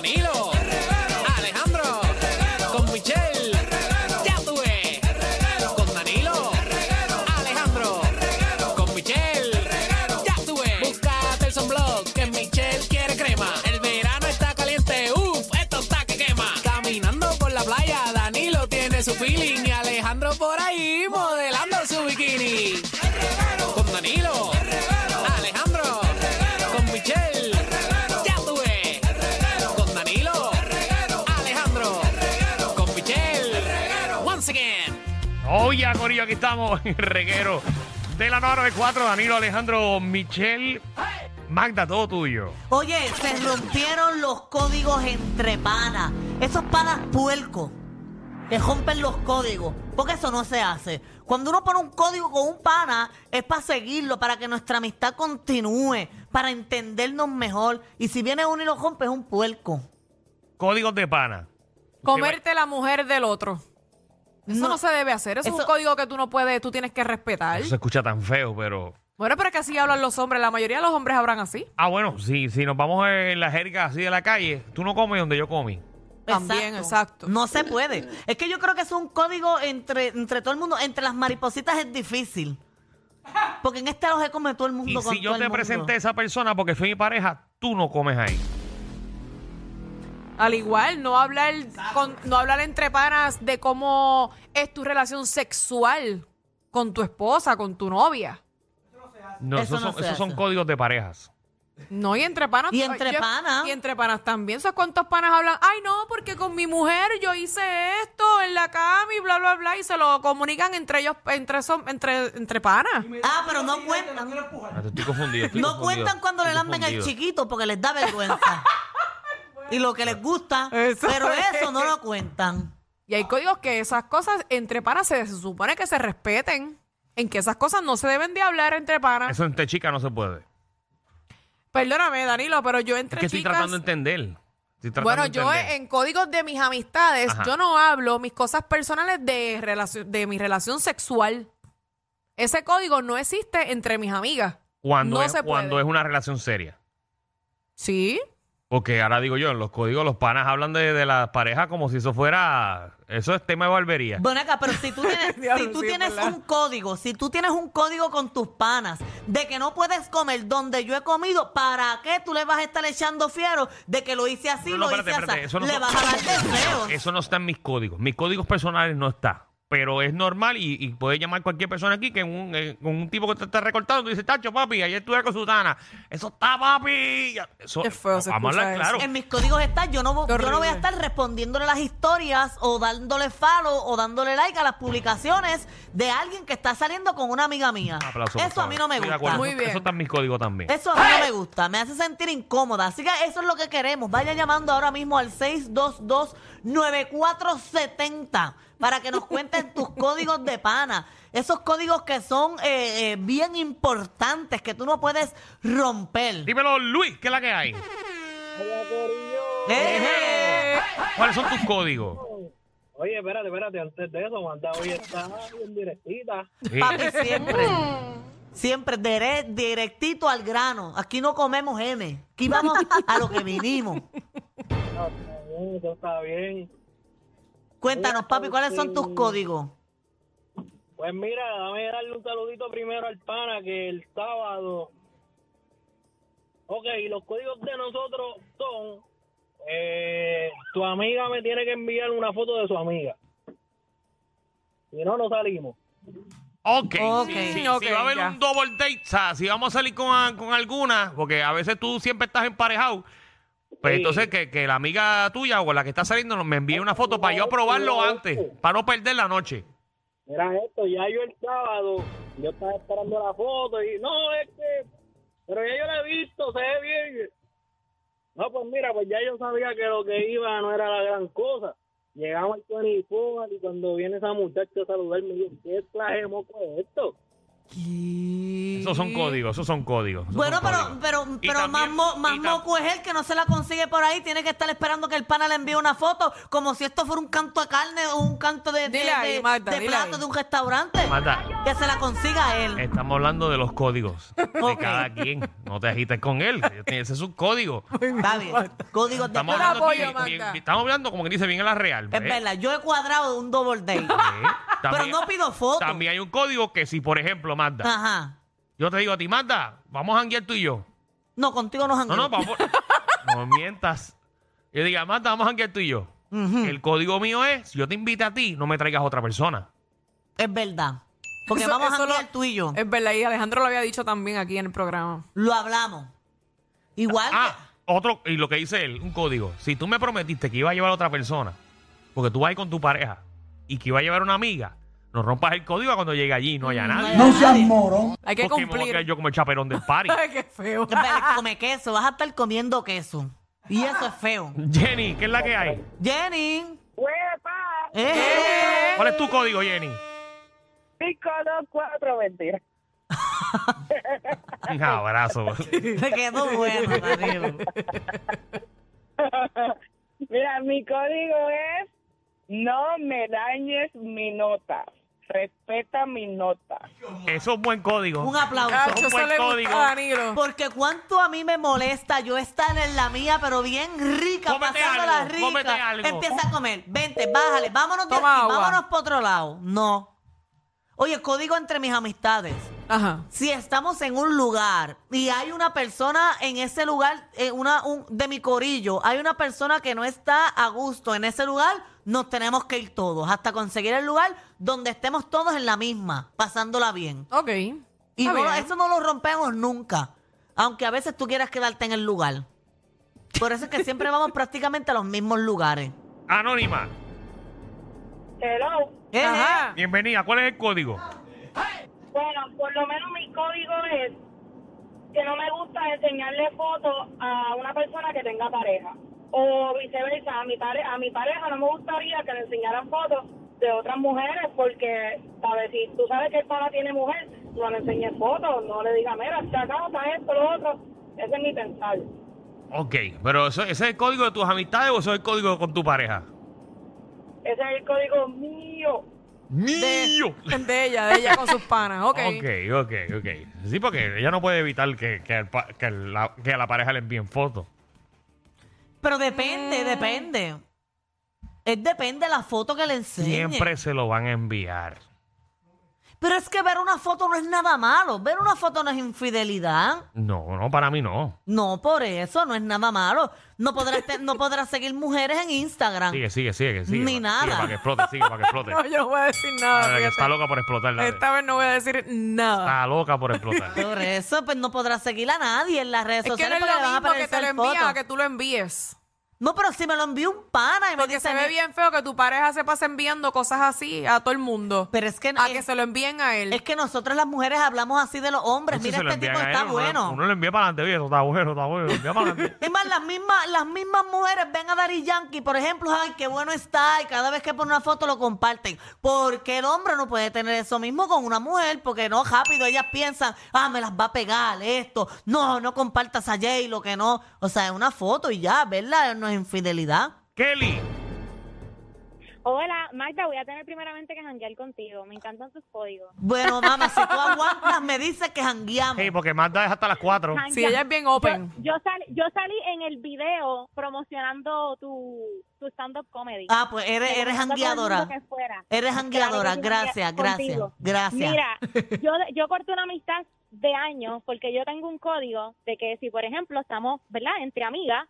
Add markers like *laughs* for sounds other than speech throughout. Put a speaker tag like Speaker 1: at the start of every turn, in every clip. Speaker 1: Danilo. Alejandro. Con Michelle. Ya tuve. Con Danilo. Alejandro. Con Michelle. Ya tuve. Búscate el sunblock que Michelle quiere crema. El verano está caliente. Uf, esto está que quema. Caminando por la playa, Danilo tiene su feeling. Y Alejandro por ahí modelando su bikini. Con Danilo. Alejandro. Con Michelle. Ya tuve. Con Danilo. Alejandro. Con Michelle. Once again.
Speaker 2: Oye, Corillo, aquí estamos *laughs* en el reguero de la 994, Danilo Alejandro Michel. Magda, todo tuyo.
Speaker 3: Oye, se rompieron los códigos entre panas. Esos panas puercos que rompen los códigos. Porque eso no se hace. Cuando uno pone un código con un pana, es para seguirlo, para que nuestra amistad continúe, para entendernos mejor. Y si viene uno y lo rompe, es un puerco.
Speaker 2: Códigos de pana.
Speaker 4: Comerte la mujer del otro. Eso no,
Speaker 3: No.
Speaker 4: se debe hacer. Eso, es
Speaker 3: Eso-
Speaker 4: un código que tú no puedes, tú tienes que respetar.
Speaker 2: Eso se escucha tan feo, pero.
Speaker 4: Bueno, pero es que así hablan los hombres. La mayoría de los hombres hablan así.
Speaker 2: Ah, bueno, si, si nos vamos en la jerga así de la calle, tú no comes donde yo comí.
Speaker 4: También, exacto.
Speaker 3: No se puede. Es que yo creo que es un código entre, entre todo el mundo. Entre las maripositas es difícil. Porque en este los come todo el mundo
Speaker 2: Y
Speaker 3: con
Speaker 2: si yo
Speaker 3: todo el
Speaker 2: te
Speaker 3: mundo.
Speaker 2: presenté a esa persona porque fue mi pareja, tú no comes ahí.
Speaker 4: Al igual, no hablar, con, no hablar entre panas de cómo es tu relación sexual con tu esposa, con tu novia.
Speaker 2: No,
Speaker 3: Eso
Speaker 2: esos,
Speaker 3: no
Speaker 2: son,
Speaker 3: se
Speaker 2: esos son
Speaker 3: hace.
Speaker 2: códigos de parejas.
Speaker 4: No, y entre panas.
Speaker 3: Y entre
Speaker 4: ay, yo-
Speaker 3: panas.
Speaker 4: Y entre panas también. ¿Sabes cuántos panas hablan? Ay, no, porque con mi mujer yo hice esto en la cama y bla, bla, bla. Y se lo comunican entre ellos, entre, esos- entre, entre panas.
Speaker 3: Ah, pero no cuentan.
Speaker 2: Ah, te estoy confundido. estoy
Speaker 3: No
Speaker 2: confundido,
Speaker 3: cuentan cuando le
Speaker 2: estoy
Speaker 3: lamben el
Speaker 2: confundido.
Speaker 3: chiquito porque les da
Speaker 2: *laughs*
Speaker 3: vergüenza. y lo que les gusta,
Speaker 4: Eso
Speaker 3: pero
Speaker 4: es.
Speaker 3: eso no lo cuentan.
Speaker 4: Y hay códigos que esas cosas entre panas se, se supone que se respeten. En que esas cosas no se deben de hablar entre panas.
Speaker 2: Eso entre chicas no se puede.
Speaker 4: Perdóname, Danilo, pero yo
Speaker 2: Es
Speaker 4: entre
Speaker 2: que estoy
Speaker 4: chicas.
Speaker 2: tratando de entender. Estoy tratando
Speaker 4: bueno,
Speaker 2: de
Speaker 4: yo
Speaker 2: entender.
Speaker 4: en códigos de mis amistades,
Speaker 2: Ajá.
Speaker 4: yo no hablo mis cosas personales de, relacio- de mi relación sexual. Ese código no existe entre mis amigas.
Speaker 2: Cuando,
Speaker 4: no
Speaker 2: es,
Speaker 4: se puede.
Speaker 2: cuando es una relación seria.
Speaker 4: Sí.
Speaker 2: Porque ahora digo yo, en los códigos los panas hablan de, de las parejas como si eso fuera... Eso es tema de barbería.
Speaker 3: Bueno, acá, pero si tú tienes,
Speaker 4: *laughs* Diablo,
Speaker 3: si tú
Speaker 4: sí, es
Speaker 3: tienes
Speaker 4: verdad.
Speaker 3: un código, si tú tienes un código con tus panas de que no puedes comer donde yo he comido, ¿para qué tú le vas a estar echando fiero de que lo hice así,
Speaker 2: No, no,
Speaker 3: lo
Speaker 2: espérate, espérate,
Speaker 3: hice así?
Speaker 2: eso no
Speaker 3: le
Speaker 2: son-
Speaker 3: vas a dar
Speaker 2: *laughs*
Speaker 3: deseos.
Speaker 2: Eso no está en mis códigos. Mis códigos personales no está. Pero es normal y, y puede llamar cualquier persona aquí que un, eh, un tipo que te está recortando y dice, Tacho, papi, ayer estuve con Sutana. Eso está, papi. Ya- Eso,
Speaker 4: Qué feo se
Speaker 2: vamos a hablar
Speaker 4: escucha eso.
Speaker 2: claro.
Speaker 3: En mis códigos está, yo no, vo-
Speaker 4: Qué
Speaker 3: yo no voy a
Speaker 4: horrible.
Speaker 3: estar respondiéndole las historias o dándole follow o dándole like a las publicaciones de alguien que está saliendo con una amiga mía.
Speaker 2: Un aplauso, por
Speaker 3: Eso a
Speaker 2: favor.
Speaker 3: mí no me
Speaker 2: Estoy de
Speaker 3: gusta.
Speaker 2: acuerdo.
Speaker 4: Muy
Speaker 2: Eso-
Speaker 4: bien.
Speaker 2: Eso está en mis códigos también.
Speaker 3: Eso a mí no me gusta, me hace sentir incómoda. Así que eso es lo que queremos. Vaya llamando ahora mismo al 622-9470 para que nos cuenten
Speaker 4: *laughs*
Speaker 3: tus códigos de pana. Esos códigos que son eh, eh, bien importantes, que tú no puedes romper.
Speaker 2: Dímelo, Luis, ¿qué es la que hay?
Speaker 3: ¡Eh!
Speaker 4: Eh,
Speaker 2: ¿Cuáles son tus códigos?
Speaker 5: Oye, espérate, espérate, antes de eso, Magda hoy está bien directita.
Speaker 2: Sí. Mm.
Speaker 3: Papi, siempre. Siempre dere- directito al grano. Aquí no comemos M. Aquí vamos a lo que vinimos.
Speaker 5: No, está bien, todo está bien.
Speaker 3: Cuéntanos, papi, ¿cuáles son tus códigos?
Speaker 5: Pues mira, dame darle un saludito primero al pana que el sábado. Ok, los códigos de nosotros son: eh, tu amiga me tiene que enviar una foto de su amiga. Si no, no salimos.
Speaker 2: Ok,
Speaker 3: Ok.
Speaker 2: sí, sí,
Speaker 4: Ok,
Speaker 2: si va a haber
Speaker 4: ya.
Speaker 2: un double date, o sea, si vamos a salir con, a- con alguna, porque a veces tú siempre estás emparejado, pues
Speaker 5: Sí.
Speaker 2: entonces que, que la amiga tuya o la que está saliendo me envíe una foto para yo
Speaker 3: Oh,
Speaker 2: aprobarlo
Speaker 5: Mira
Speaker 2: antes,
Speaker 5: esto.
Speaker 2: para no perder la noche.
Speaker 5: Mira esto, ya yo el sábado, yo estaba esperando la foto y no, es que, pero ya yo la he visto, se ve bien. No, pues mira, pues ya yo sabía que lo que iba no era la gran cosa. Llegamos al 24 y cuando viene esa muchacha a saludarme, yo, ¿qué clase de moco es esto?
Speaker 4: ¿Qué?
Speaker 2: Esos son códigos, esos son códigos. esos
Speaker 3: Bueno,
Speaker 2: son
Speaker 3: pero,
Speaker 2: códigos.
Speaker 3: pero,
Speaker 2: Y
Speaker 3: pero más,
Speaker 2: también-
Speaker 3: mo- más
Speaker 2: y tam-
Speaker 3: moco es el que no se la consigue por ahí. Tiene que estar esperando que el pana le envíe una foto, como si esto fuera un canto a carne o un canto de, de-
Speaker 4: Dile ahí,
Speaker 3: de-
Speaker 4: Magda,
Speaker 3: de
Speaker 4: dile
Speaker 3: plato
Speaker 4: ahí.
Speaker 3: de un restaurante.
Speaker 2: Magda.
Speaker 3: Que se la consiga él.
Speaker 2: Estamos hablando de los códigos de
Speaker 3: Ok.
Speaker 2: cada quien. No te agites con él. Ese es un código.
Speaker 3: Está bien. Códigos de
Speaker 2: Estamos
Speaker 4: Yo la
Speaker 2: hablando,
Speaker 4: apoyo,
Speaker 2: aquí bien- bien-
Speaker 4: Magda.
Speaker 2: estamos hablando como que dice bien en la real.
Speaker 3: Es
Speaker 2: ¿eh?
Speaker 3: verdad, yo he cuadrado un double date.
Speaker 2: Sí. También-
Speaker 3: no Ah. pido foto.
Speaker 2: También hay un código que si, por ejemplo, Magda,
Speaker 3: Ajá.
Speaker 2: yo te digo a ti, Magda, vamos a janguear tú y yo.
Speaker 3: No, contigo no
Speaker 2: No,
Speaker 3: jangueo.
Speaker 2: no, vamos. no mientas. Yo diga, Magda, vamos a janguear tú y yo. El código mío es, si yo te invito a ti, no me traigas a otra persona.
Speaker 3: Es verdad. Porque
Speaker 4: Eso-
Speaker 3: vamos a
Speaker 4: eso lo- Eh.
Speaker 3: janguear tú y yo.
Speaker 4: Es verdad, y Alejandro lo había dicho también aquí en el programa.
Speaker 3: Lo hablamos. Igual que-
Speaker 2: Ah, otro, y lo que dice él, un código. Si tú me prometiste que iba a llevar a otra persona, porque tú vas a ir con tu pareja y que iba a llevar a una amiga, no rompas el código cuando llegue allí y no haya nadie.
Speaker 3: hay nadie.
Speaker 4: Hay que
Speaker 2: Porque me voy a quedar
Speaker 4: cumplir.
Speaker 2: yo como el chaperón del party.
Speaker 4: *laughs* Ay, qué feo.
Speaker 3: Es verdad, Come queso, vas a estar comiendo queso. Y eso es feo.
Speaker 2: Jenny, ¿qué es la que hay?
Speaker 3: Jenny.
Speaker 6: ¡Huepa!
Speaker 3: eh.
Speaker 2: ¿Cuál es tu código, Jenny?
Speaker 6: 5, 2, 4, mentira.
Speaker 2: Un abrazo.
Speaker 3: Se quedó bueno, Danilo.
Speaker 6: Mira, mi código es no me dañes mi nota. Respeta mi nota.
Speaker 2: Eso es un buen código.
Speaker 3: Un aplauso.
Speaker 4: Cacho,
Speaker 2: Un
Speaker 4: eso
Speaker 2: buen
Speaker 4: le gusta
Speaker 2: código.
Speaker 4: a Danilo.
Speaker 3: Porque cuánto a mí me molesta yo estar en la mía, pero bien rica,
Speaker 2: Cómete
Speaker 3: pasándola
Speaker 2: algo,
Speaker 3: rica.
Speaker 2: cómete algo.
Speaker 3: Empieza a comer. Vente, bájale, vámonos de
Speaker 4: Toma
Speaker 3: aquí,
Speaker 4: agua.
Speaker 3: vámonos por otro lado. No. Oye, código entre mis amistades.
Speaker 4: Ajá.
Speaker 3: Si estamos en un lugar y hay una persona en ese lugar, eh, una un- de mi corillo, hay una persona que no está a gusto en ese lugar, nos tenemos que ir todos hasta conseguir el lugar donde estemos todos en la misma, pasándola bien.
Speaker 4: Ok.
Speaker 3: Y
Speaker 4: Está
Speaker 3: no-
Speaker 4: bien.
Speaker 3: eso no lo rompemos nunca. Aunque a veces tú quieras quedarte en el lugar. Por eso es que siempre vamos *laughs* prácticamente a los mismos lugares.
Speaker 2: Anónima,
Speaker 6: Hello.
Speaker 3: Eh,
Speaker 4: Ajá.
Speaker 2: bienvenida. ¿Cuál es el código?
Speaker 6: Bueno, por lo menos mi código es que no me gusta enseñarle fotos a una persona que tenga pareja. O viceversa, a mi, pare- a mi pareja no me gustaría que le enseñaran fotos de otras mujeres porque, ¿sabes? Si tú sabes que el pana tiene mujer, no le enseñes fotos, no le digas, mira, está acá, está esto, lo otro. Ese es mi pensar.
Speaker 2: Ok, pero eso- ¿ese es el código de tus amistades o eso es el código con tu pareja?
Speaker 6: Ese es el código mío.
Speaker 2: ¡Mío!
Speaker 4: De ella, de ella con sus panas. Ok.
Speaker 2: ok, ok, ok. Sí, porque ella no puede evitar que, que, el pa- que la, que a la pareja le envíen fotos.
Speaker 3: eh, Pero depende, depende. Es depende de la foto que le enseñe.
Speaker 2: Siempre se lo van a enviar.
Speaker 3: Pero es que ver una foto no es nada malo. Ver una foto no es infidelidad.
Speaker 2: No, no, para mí no.
Speaker 3: No, por eso no es nada malo. No podrás, te- no podrás seguir mujeres en Instagram.
Speaker 2: Sigue, sigue, sigue. sigue
Speaker 3: Ni
Speaker 2: Va-
Speaker 3: nada.
Speaker 2: Sigue para que explote, sigue para que
Speaker 3: *laughs*
Speaker 2: explote.
Speaker 4: No, yo no voy a
Speaker 2: Dale,
Speaker 4: decir nada.
Speaker 2: que está
Speaker 4: fíjate.
Speaker 2: loca por Ah. explotar. dale.
Speaker 4: Esta vez no voy a decir nada.
Speaker 2: Está loca por explotar.
Speaker 3: Por eso, pues no podrás seguir a nadie en las redes
Speaker 4: Es que no
Speaker 3: sociales
Speaker 4: es
Speaker 3: porque le
Speaker 4: lo
Speaker 3: van a
Speaker 4: mismo que te
Speaker 3: aparecer
Speaker 4: lo envían
Speaker 3: fotos.
Speaker 4: a que tú lo envíes.
Speaker 3: No, pero si me lo envió un pana y me
Speaker 4: Porque
Speaker 3: dice,
Speaker 4: se ve bien feo que tu pareja se pase enviando cosas así a todo el mundo.
Speaker 3: Pero es que,
Speaker 4: A
Speaker 3: es-
Speaker 4: que se lo envíen a él.
Speaker 3: es que nosotras las mujeres hablamos así de los hombres.
Speaker 2: Eso
Speaker 3: Mira,
Speaker 2: se lo
Speaker 3: este tipo
Speaker 2: envían a
Speaker 3: está
Speaker 2: él, uno-
Speaker 3: bueno.
Speaker 2: Uno, lo envía para adelante, oye, eso está bueno, está bueno, lo envía para
Speaker 3: *laughs*
Speaker 2: adelante.
Speaker 3: Es más, las mismas, las mismas mujeres ven a Daddy Yankee, por ejemplo, ay, qué bueno está, y cada vez que pone una foto lo comparten. Porque el hombre no puede tener eso mismo con una mujer, porque no, rápido, ellas piensan, ah, me las va a pegar esto, no, no compartas a Jay, lo que no. O sea, es una foto y ya, ¿verdad? No es infidelidad.
Speaker 2: Kelly,
Speaker 7: Hola, Magda, voy a tener primeramente que janguear contigo. Me encantan tus códigos.
Speaker 3: Bueno, mamá, si tú aguantas, me dices que jangueamos.
Speaker 2: hey, porque Magda es hasta las 4.
Speaker 7: Janguear.
Speaker 4: Si ella es bien open.
Speaker 7: Yo, yo sal- yo salí en el video promocionando tu, tu stand-up comedy.
Speaker 3: Ah, pues eres,
Speaker 7: Me
Speaker 3: eres
Speaker 7: recomendó a todo el mundo
Speaker 3: jangueadora.
Speaker 7: que fuera.
Speaker 3: Eres jangueadora,
Speaker 7: Claro que sí,
Speaker 3: gracias,
Speaker 7: janguear
Speaker 3: gracias,
Speaker 7: contigo.
Speaker 3: gracias.
Speaker 7: Mira, yo, yo corté una amistad de años porque yo tengo un código de que si, por ejemplo, estamos, ¿verdad?, entre amigas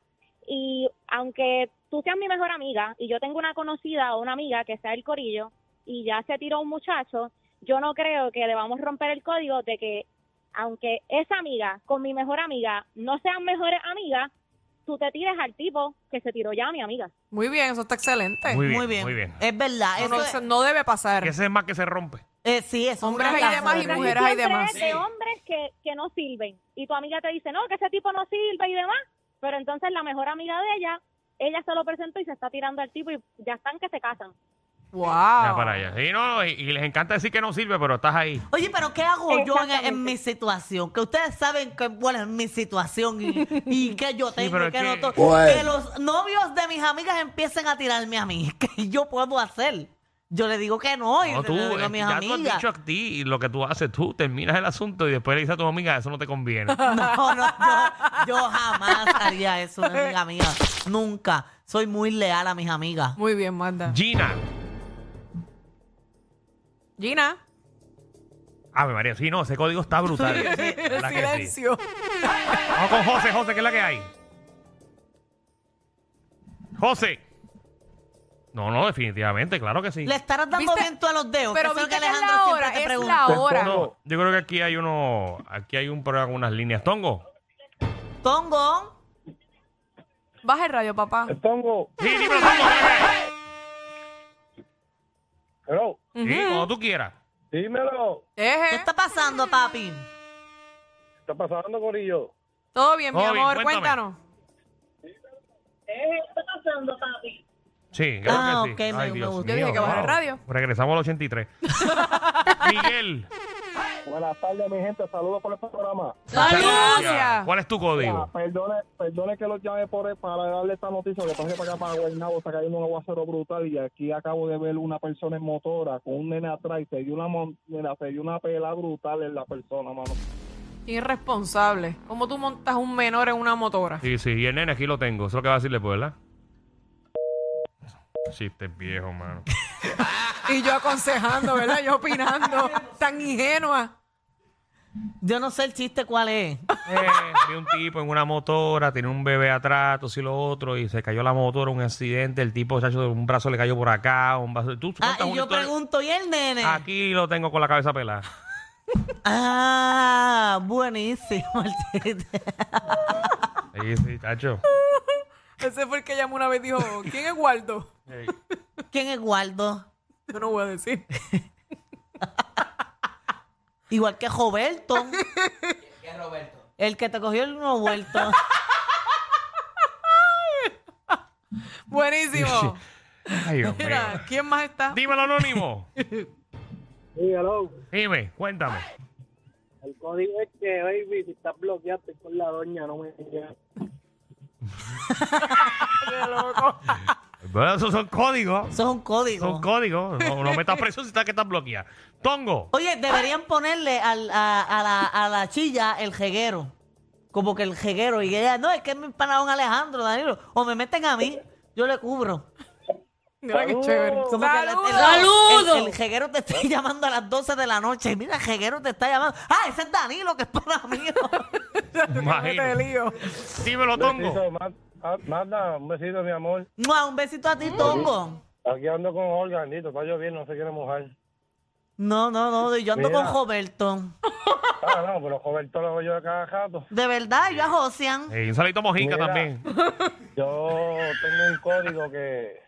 Speaker 7: y aunque tú seas mi mejor amiga y yo tengo una conocida o una amiga que sea el corillo y ya se tiró un muchacho, yo no creo que debamos romper el código de que aunque esa amiga con mi mejor amiga no sean mejores amigas, tú te tires al tipo que se tiró ya a mi amiga.
Speaker 4: Muy bien, eso está excelente.
Speaker 2: Muy bien,
Speaker 3: muy bien,
Speaker 2: muy bien.
Speaker 3: Es verdad,
Speaker 4: No,
Speaker 3: eso
Speaker 4: no,
Speaker 3: es-
Speaker 4: se- no debe pasar.
Speaker 2: Ese es más que se rompe.
Speaker 3: eh, sí, eso es
Speaker 4: Hombres
Speaker 3: una
Speaker 4: hay
Speaker 3: casa,
Speaker 4: demás y
Speaker 3: ¿verdad?
Speaker 7: Casi
Speaker 4: mujeres hay
Speaker 7: siempre
Speaker 4: demás.
Speaker 7: es de hombres que, que no sirven. Y tu amiga te dice, no, que ese tipo no sirve y demás. Pero entonces la mejor amiga de ella, ella se lo presentó y se está tirando al tipo y ya están que se casan.
Speaker 4: Wow.
Speaker 3: Ah.
Speaker 2: Ya para allá. Sí, no, y, y les encanta decir que no sirve, pero estás ahí.
Speaker 3: Oye, pero ¿qué hago yo en,
Speaker 7: Exactamente.
Speaker 3: en mi situación? Que ustedes saben que, bueno, es mi situación y, y que yo tengo,
Speaker 2: pero
Speaker 3: y
Speaker 2: es
Speaker 3: que, no
Speaker 2: que-
Speaker 3: to-
Speaker 8: Bueno.
Speaker 3: Que los novios de mis amigas empiecen a tirarme a mí. *laughs* ¿Qué yo puedo hacer? Yo le digo que no y
Speaker 2: No,
Speaker 3: le
Speaker 2: tú,
Speaker 3: digo a
Speaker 2: es que
Speaker 3: mis
Speaker 2: ya tú has
Speaker 3: amigas. *laughs*
Speaker 2: dicho a ti y lo que tú haces, tú terminas el asunto y después le dices a tu amiga, eso no te
Speaker 3: *laughs*
Speaker 2: conviene.
Speaker 3: No, no, yo, yo jamás haría eso, una amiga mía. Nunca. Soy muy leal a mis amigas.
Speaker 4: Muy bien, Magda.
Speaker 2: Gina.
Speaker 4: Gina.
Speaker 2: Ave María, sí, no, ese código está brutal. ¿Verdad que sí?
Speaker 4: Silencio.
Speaker 2: Vamos con José, José, ¿qué es la que hay? José. No, no, definitivamente, claro que sí.
Speaker 3: Le estarás dando
Speaker 4: ¿Viste?
Speaker 3: viento a los dedos.
Speaker 4: Pero
Speaker 3: que eso es lo que
Speaker 4: viste que es
Speaker 3: Alejandro siempre
Speaker 4: la hora,
Speaker 3: te
Speaker 4: es
Speaker 3: pregunta.
Speaker 4: la hora.
Speaker 2: No, yo creo que aquí hay uno, aquí hay un programa con unas líneas. Tongo.
Speaker 3: Tongo.
Speaker 4: Baja el radio, papá.
Speaker 5: Pongo,
Speaker 2: Sí, dímelo, Tongo. ¿qué
Speaker 5: hello,
Speaker 2: es? Sí, cuando tú quieras.
Speaker 5: dímelo,
Speaker 4: Eje.
Speaker 3: ¿Qué está pasando, papi?
Speaker 5: ¿qué está pasando, Corillo?
Speaker 4: Todo bien,
Speaker 2: Todo
Speaker 4: mi
Speaker 2: bien,
Speaker 4: amor.
Speaker 2: cuéntame.
Speaker 4: Cuéntanos.
Speaker 2: Sí, creo
Speaker 3: Ah,
Speaker 2: que sí.
Speaker 3: ok, me- me
Speaker 2: Dios
Speaker 3: gustó.
Speaker 4: Yo dije
Speaker 2: mío,
Speaker 4: que bajara
Speaker 2: wow.
Speaker 4: el radio.
Speaker 2: Regresamos al
Speaker 3: *laughs*
Speaker 2: 83. Miguel.
Speaker 5: Buenas tardes, mi gente, saludos por el programa.
Speaker 4: Gracias.
Speaker 2: ¿Cuál es tu código?
Speaker 5: Ah, perdone, perdone que los llame por para darle esta noticia, lo que pasa es que para acá para Guaynabo está cayendo un aguacero brutal y aquí acabo de ver una persona en motora con un nene atrás y se dio una mon- nena, se dio una pela brutal en la persona, mano.
Speaker 4: Irresponsable. ¿Cómo tú montas un menor en una motora?
Speaker 2: Sí, sí, y el nene aquí lo tengo. Eso es lo que va a decirle, pues, ¿verdad? Chiste viejo,
Speaker 3: *laughs*
Speaker 2: mano.
Speaker 4: Y yo aconsejando, ¿verdad?
Speaker 3: *laughs*
Speaker 4: Yo opinando. Tan ingenua.
Speaker 3: Yo no sé el chiste cuál es.
Speaker 2: Eh, vi un tipo en una motora, tenía un bebé atrás, todo y lo otro, y se cayó la motora, un accidente, el tipo, chacho, un brazo le cayó por acá, un brazo... ¿Tú
Speaker 3: Ah,
Speaker 2: cuentas
Speaker 3: y
Speaker 2: una
Speaker 3: yo
Speaker 2: historia?
Speaker 3: pregunto, ¿y el nene?
Speaker 2: Aquí lo tengo con la cabeza
Speaker 4: *laughs*
Speaker 2: pelada.
Speaker 3: Ah, buenísimo el chiste.
Speaker 2: Sí, sí, chacho.
Speaker 4: Ese fue el que llamó una vez y dijo, ¿quién es Waldo?
Speaker 2: Eh,
Speaker 3: ¿Quién es Waldo?
Speaker 4: Yo no voy a decir.
Speaker 3: Igual que Roberto.
Speaker 4: *laughs*
Speaker 3: ¿Quién es Roberto? El que te cogió el no vuelto. *laughs*
Speaker 4: Buenísimo.
Speaker 2: Ay, Dios mío.
Speaker 4: Mira, ¿quién más está?
Speaker 2: Dímelo, Anónimo.
Speaker 5: Sí, hello.
Speaker 2: Dime, cuéntame.
Speaker 5: El código es que, baby, si estás bloqueado, estoy con la doña, no me
Speaker 4: Qué loco.
Speaker 2: Bueno, esos son códigos.
Speaker 3: Eso es un código.
Speaker 2: Son códigos. No, no metas preso si está que estás bloqueada.
Speaker 4: *laughs*
Speaker 2: Tongo.
Speaker 3: Oye, deberían ponerle al- a, a la, a la chilla el jeguero. Como que el jeguero. Y ella, no, es que me empanaron Alejandro, Danilo. O me meten a mí, yo le cubro.
Speaker 4: Mira qué chévere.
Speaker 3: Como que la-
Speaker 4: ¡Saludos!
Speaker 3: el, el- el jeguero te está *laughs* llamando a las 12 de la noche. Mira, el jeguero te está llamando. Ah, ese es Danilo, que es para mí. *laughs*
Speaker 2: Imagino.
Speaker 4: Te lío.
Speaker 2: Dímelo, Tongo.
Speaker 5: Manda, un besito, mi amor.
Speaker 3: Mua, Un besito a ti, Tongo.
Speaker 5: Aquí ando con Olga, Andito, está lloviendo, no se quiere mojar.
Speaker 3: No, no, no, yo ando
Speaker 5: Mira.
Speaker 3: con Roberto.
Speaker 5: Ah, no, pero Roberto lo veo yo de cada rato.
Speaker 3: De verdad, yo a Josian.
Speaker 2: Eh, un salito mojica
Speaker 5: Mira.
Speaker 2: también.
Speaker 5: Yo tengo un código que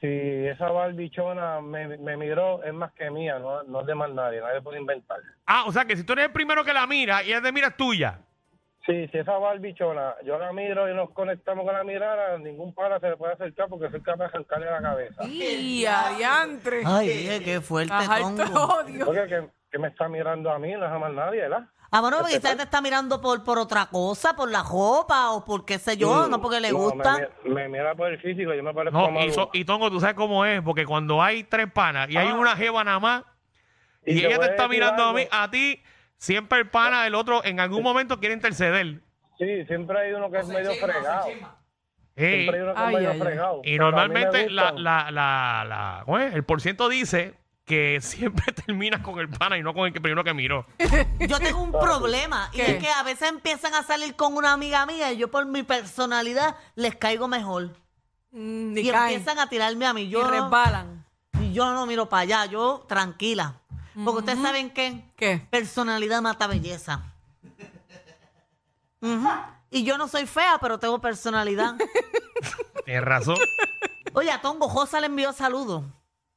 Speaker 5: si esa barbichona me, me miró, es más que mía, no, no es de más nadie, nadie puede inventar.
Speaker 2: Ah, o sea que si tú eres el primero que la mira y ella te mira es tuya.
Speaker 5: Sí, si esa barbichona, yo la miro y nos conectamos con la mirada, ningún pana se le puede acercar porque soy capaz de arrancarle la cabeza.
Speaker 4: Y adiantre.
Speaker 3: Ay, oye, qué fuerte,
Speaker 4: Ajá, alto
Speaker 3: Tongo.
Speaker 4: odio.
Speaker 5: Porque que, que me está mirando a mí, no es a más nadie, ¿verdad?
Speaker 3: Ah, bueno, porque quizás te está mirando por, por otra cosa, por la ropa o por qué sé yo, no porque le
Speaker 5: No, me
Speaker 3: gusta.
Speaker 5: mi- Me, mira por el físico, yo me parezco a
Speaker 2: No,
Speaker 5: Maluma.
Speaker 2: y, so- y Tongo, tú sabes cómo es, porque cuando hay tres panas y hay una jeva nada más y,
Speaker 5: Ah. Y te
Speaker 2: ella
Speaker 5: voy
Speaker 2: te
Speaker 5: a
Speaker 2: está
Speaker 5: decir
Speaker 2: mirando a mí,
Speaker 5: algo.
Speaker 2: a ti, siempre el pana del otro en algún momento quiere interceder.
Speaker 5: Sí, siempre hay uno que es medio fregado.
Speaker 2: Eh,
Speaker 5: Siempre hay uno que
Speaker 4: Ay,
Speaker 5: es medio
Speaker 4: ay, ay.
Speaker 5: fregado.
Speaker 2: y
Speaker 5: Pero a mí me
Speaker 2: normalmente la,
Speaker 5: gustan.
Speaker 2: la, la, la- ¿cómo es? el por ciento dice que *laughs* siempre terminas con el pana y no con el que primero que miró.
Speaker 3: Yo tengo un problema y
Speaker 4: ¿Qué?
Speaker 3: es que a veces empiezan a salir con una amiga mía y yo por mi personalidad les caigo mejor.
Speaker 4: Mm,
Speaker 3: Y
Speaker 4: Ni caen.
Speaker 3: empiezan a tirarme a mí. Yo
Speaker 4: y
Speaker 3: no,
Speaker 4: resbalan.
Speaker 3: y yo no miro para allá, yo tranquila. Porque ustedes saben que
Speaker 4: ¿Qué?
Speaker 3: personalidad mata belleza. Ujú. Y yo no soy fea, pero tengo personalidad.
Speaker 2: Tienes razón.
Speaker 3: Oye, a Tongo Josa le envió saludos.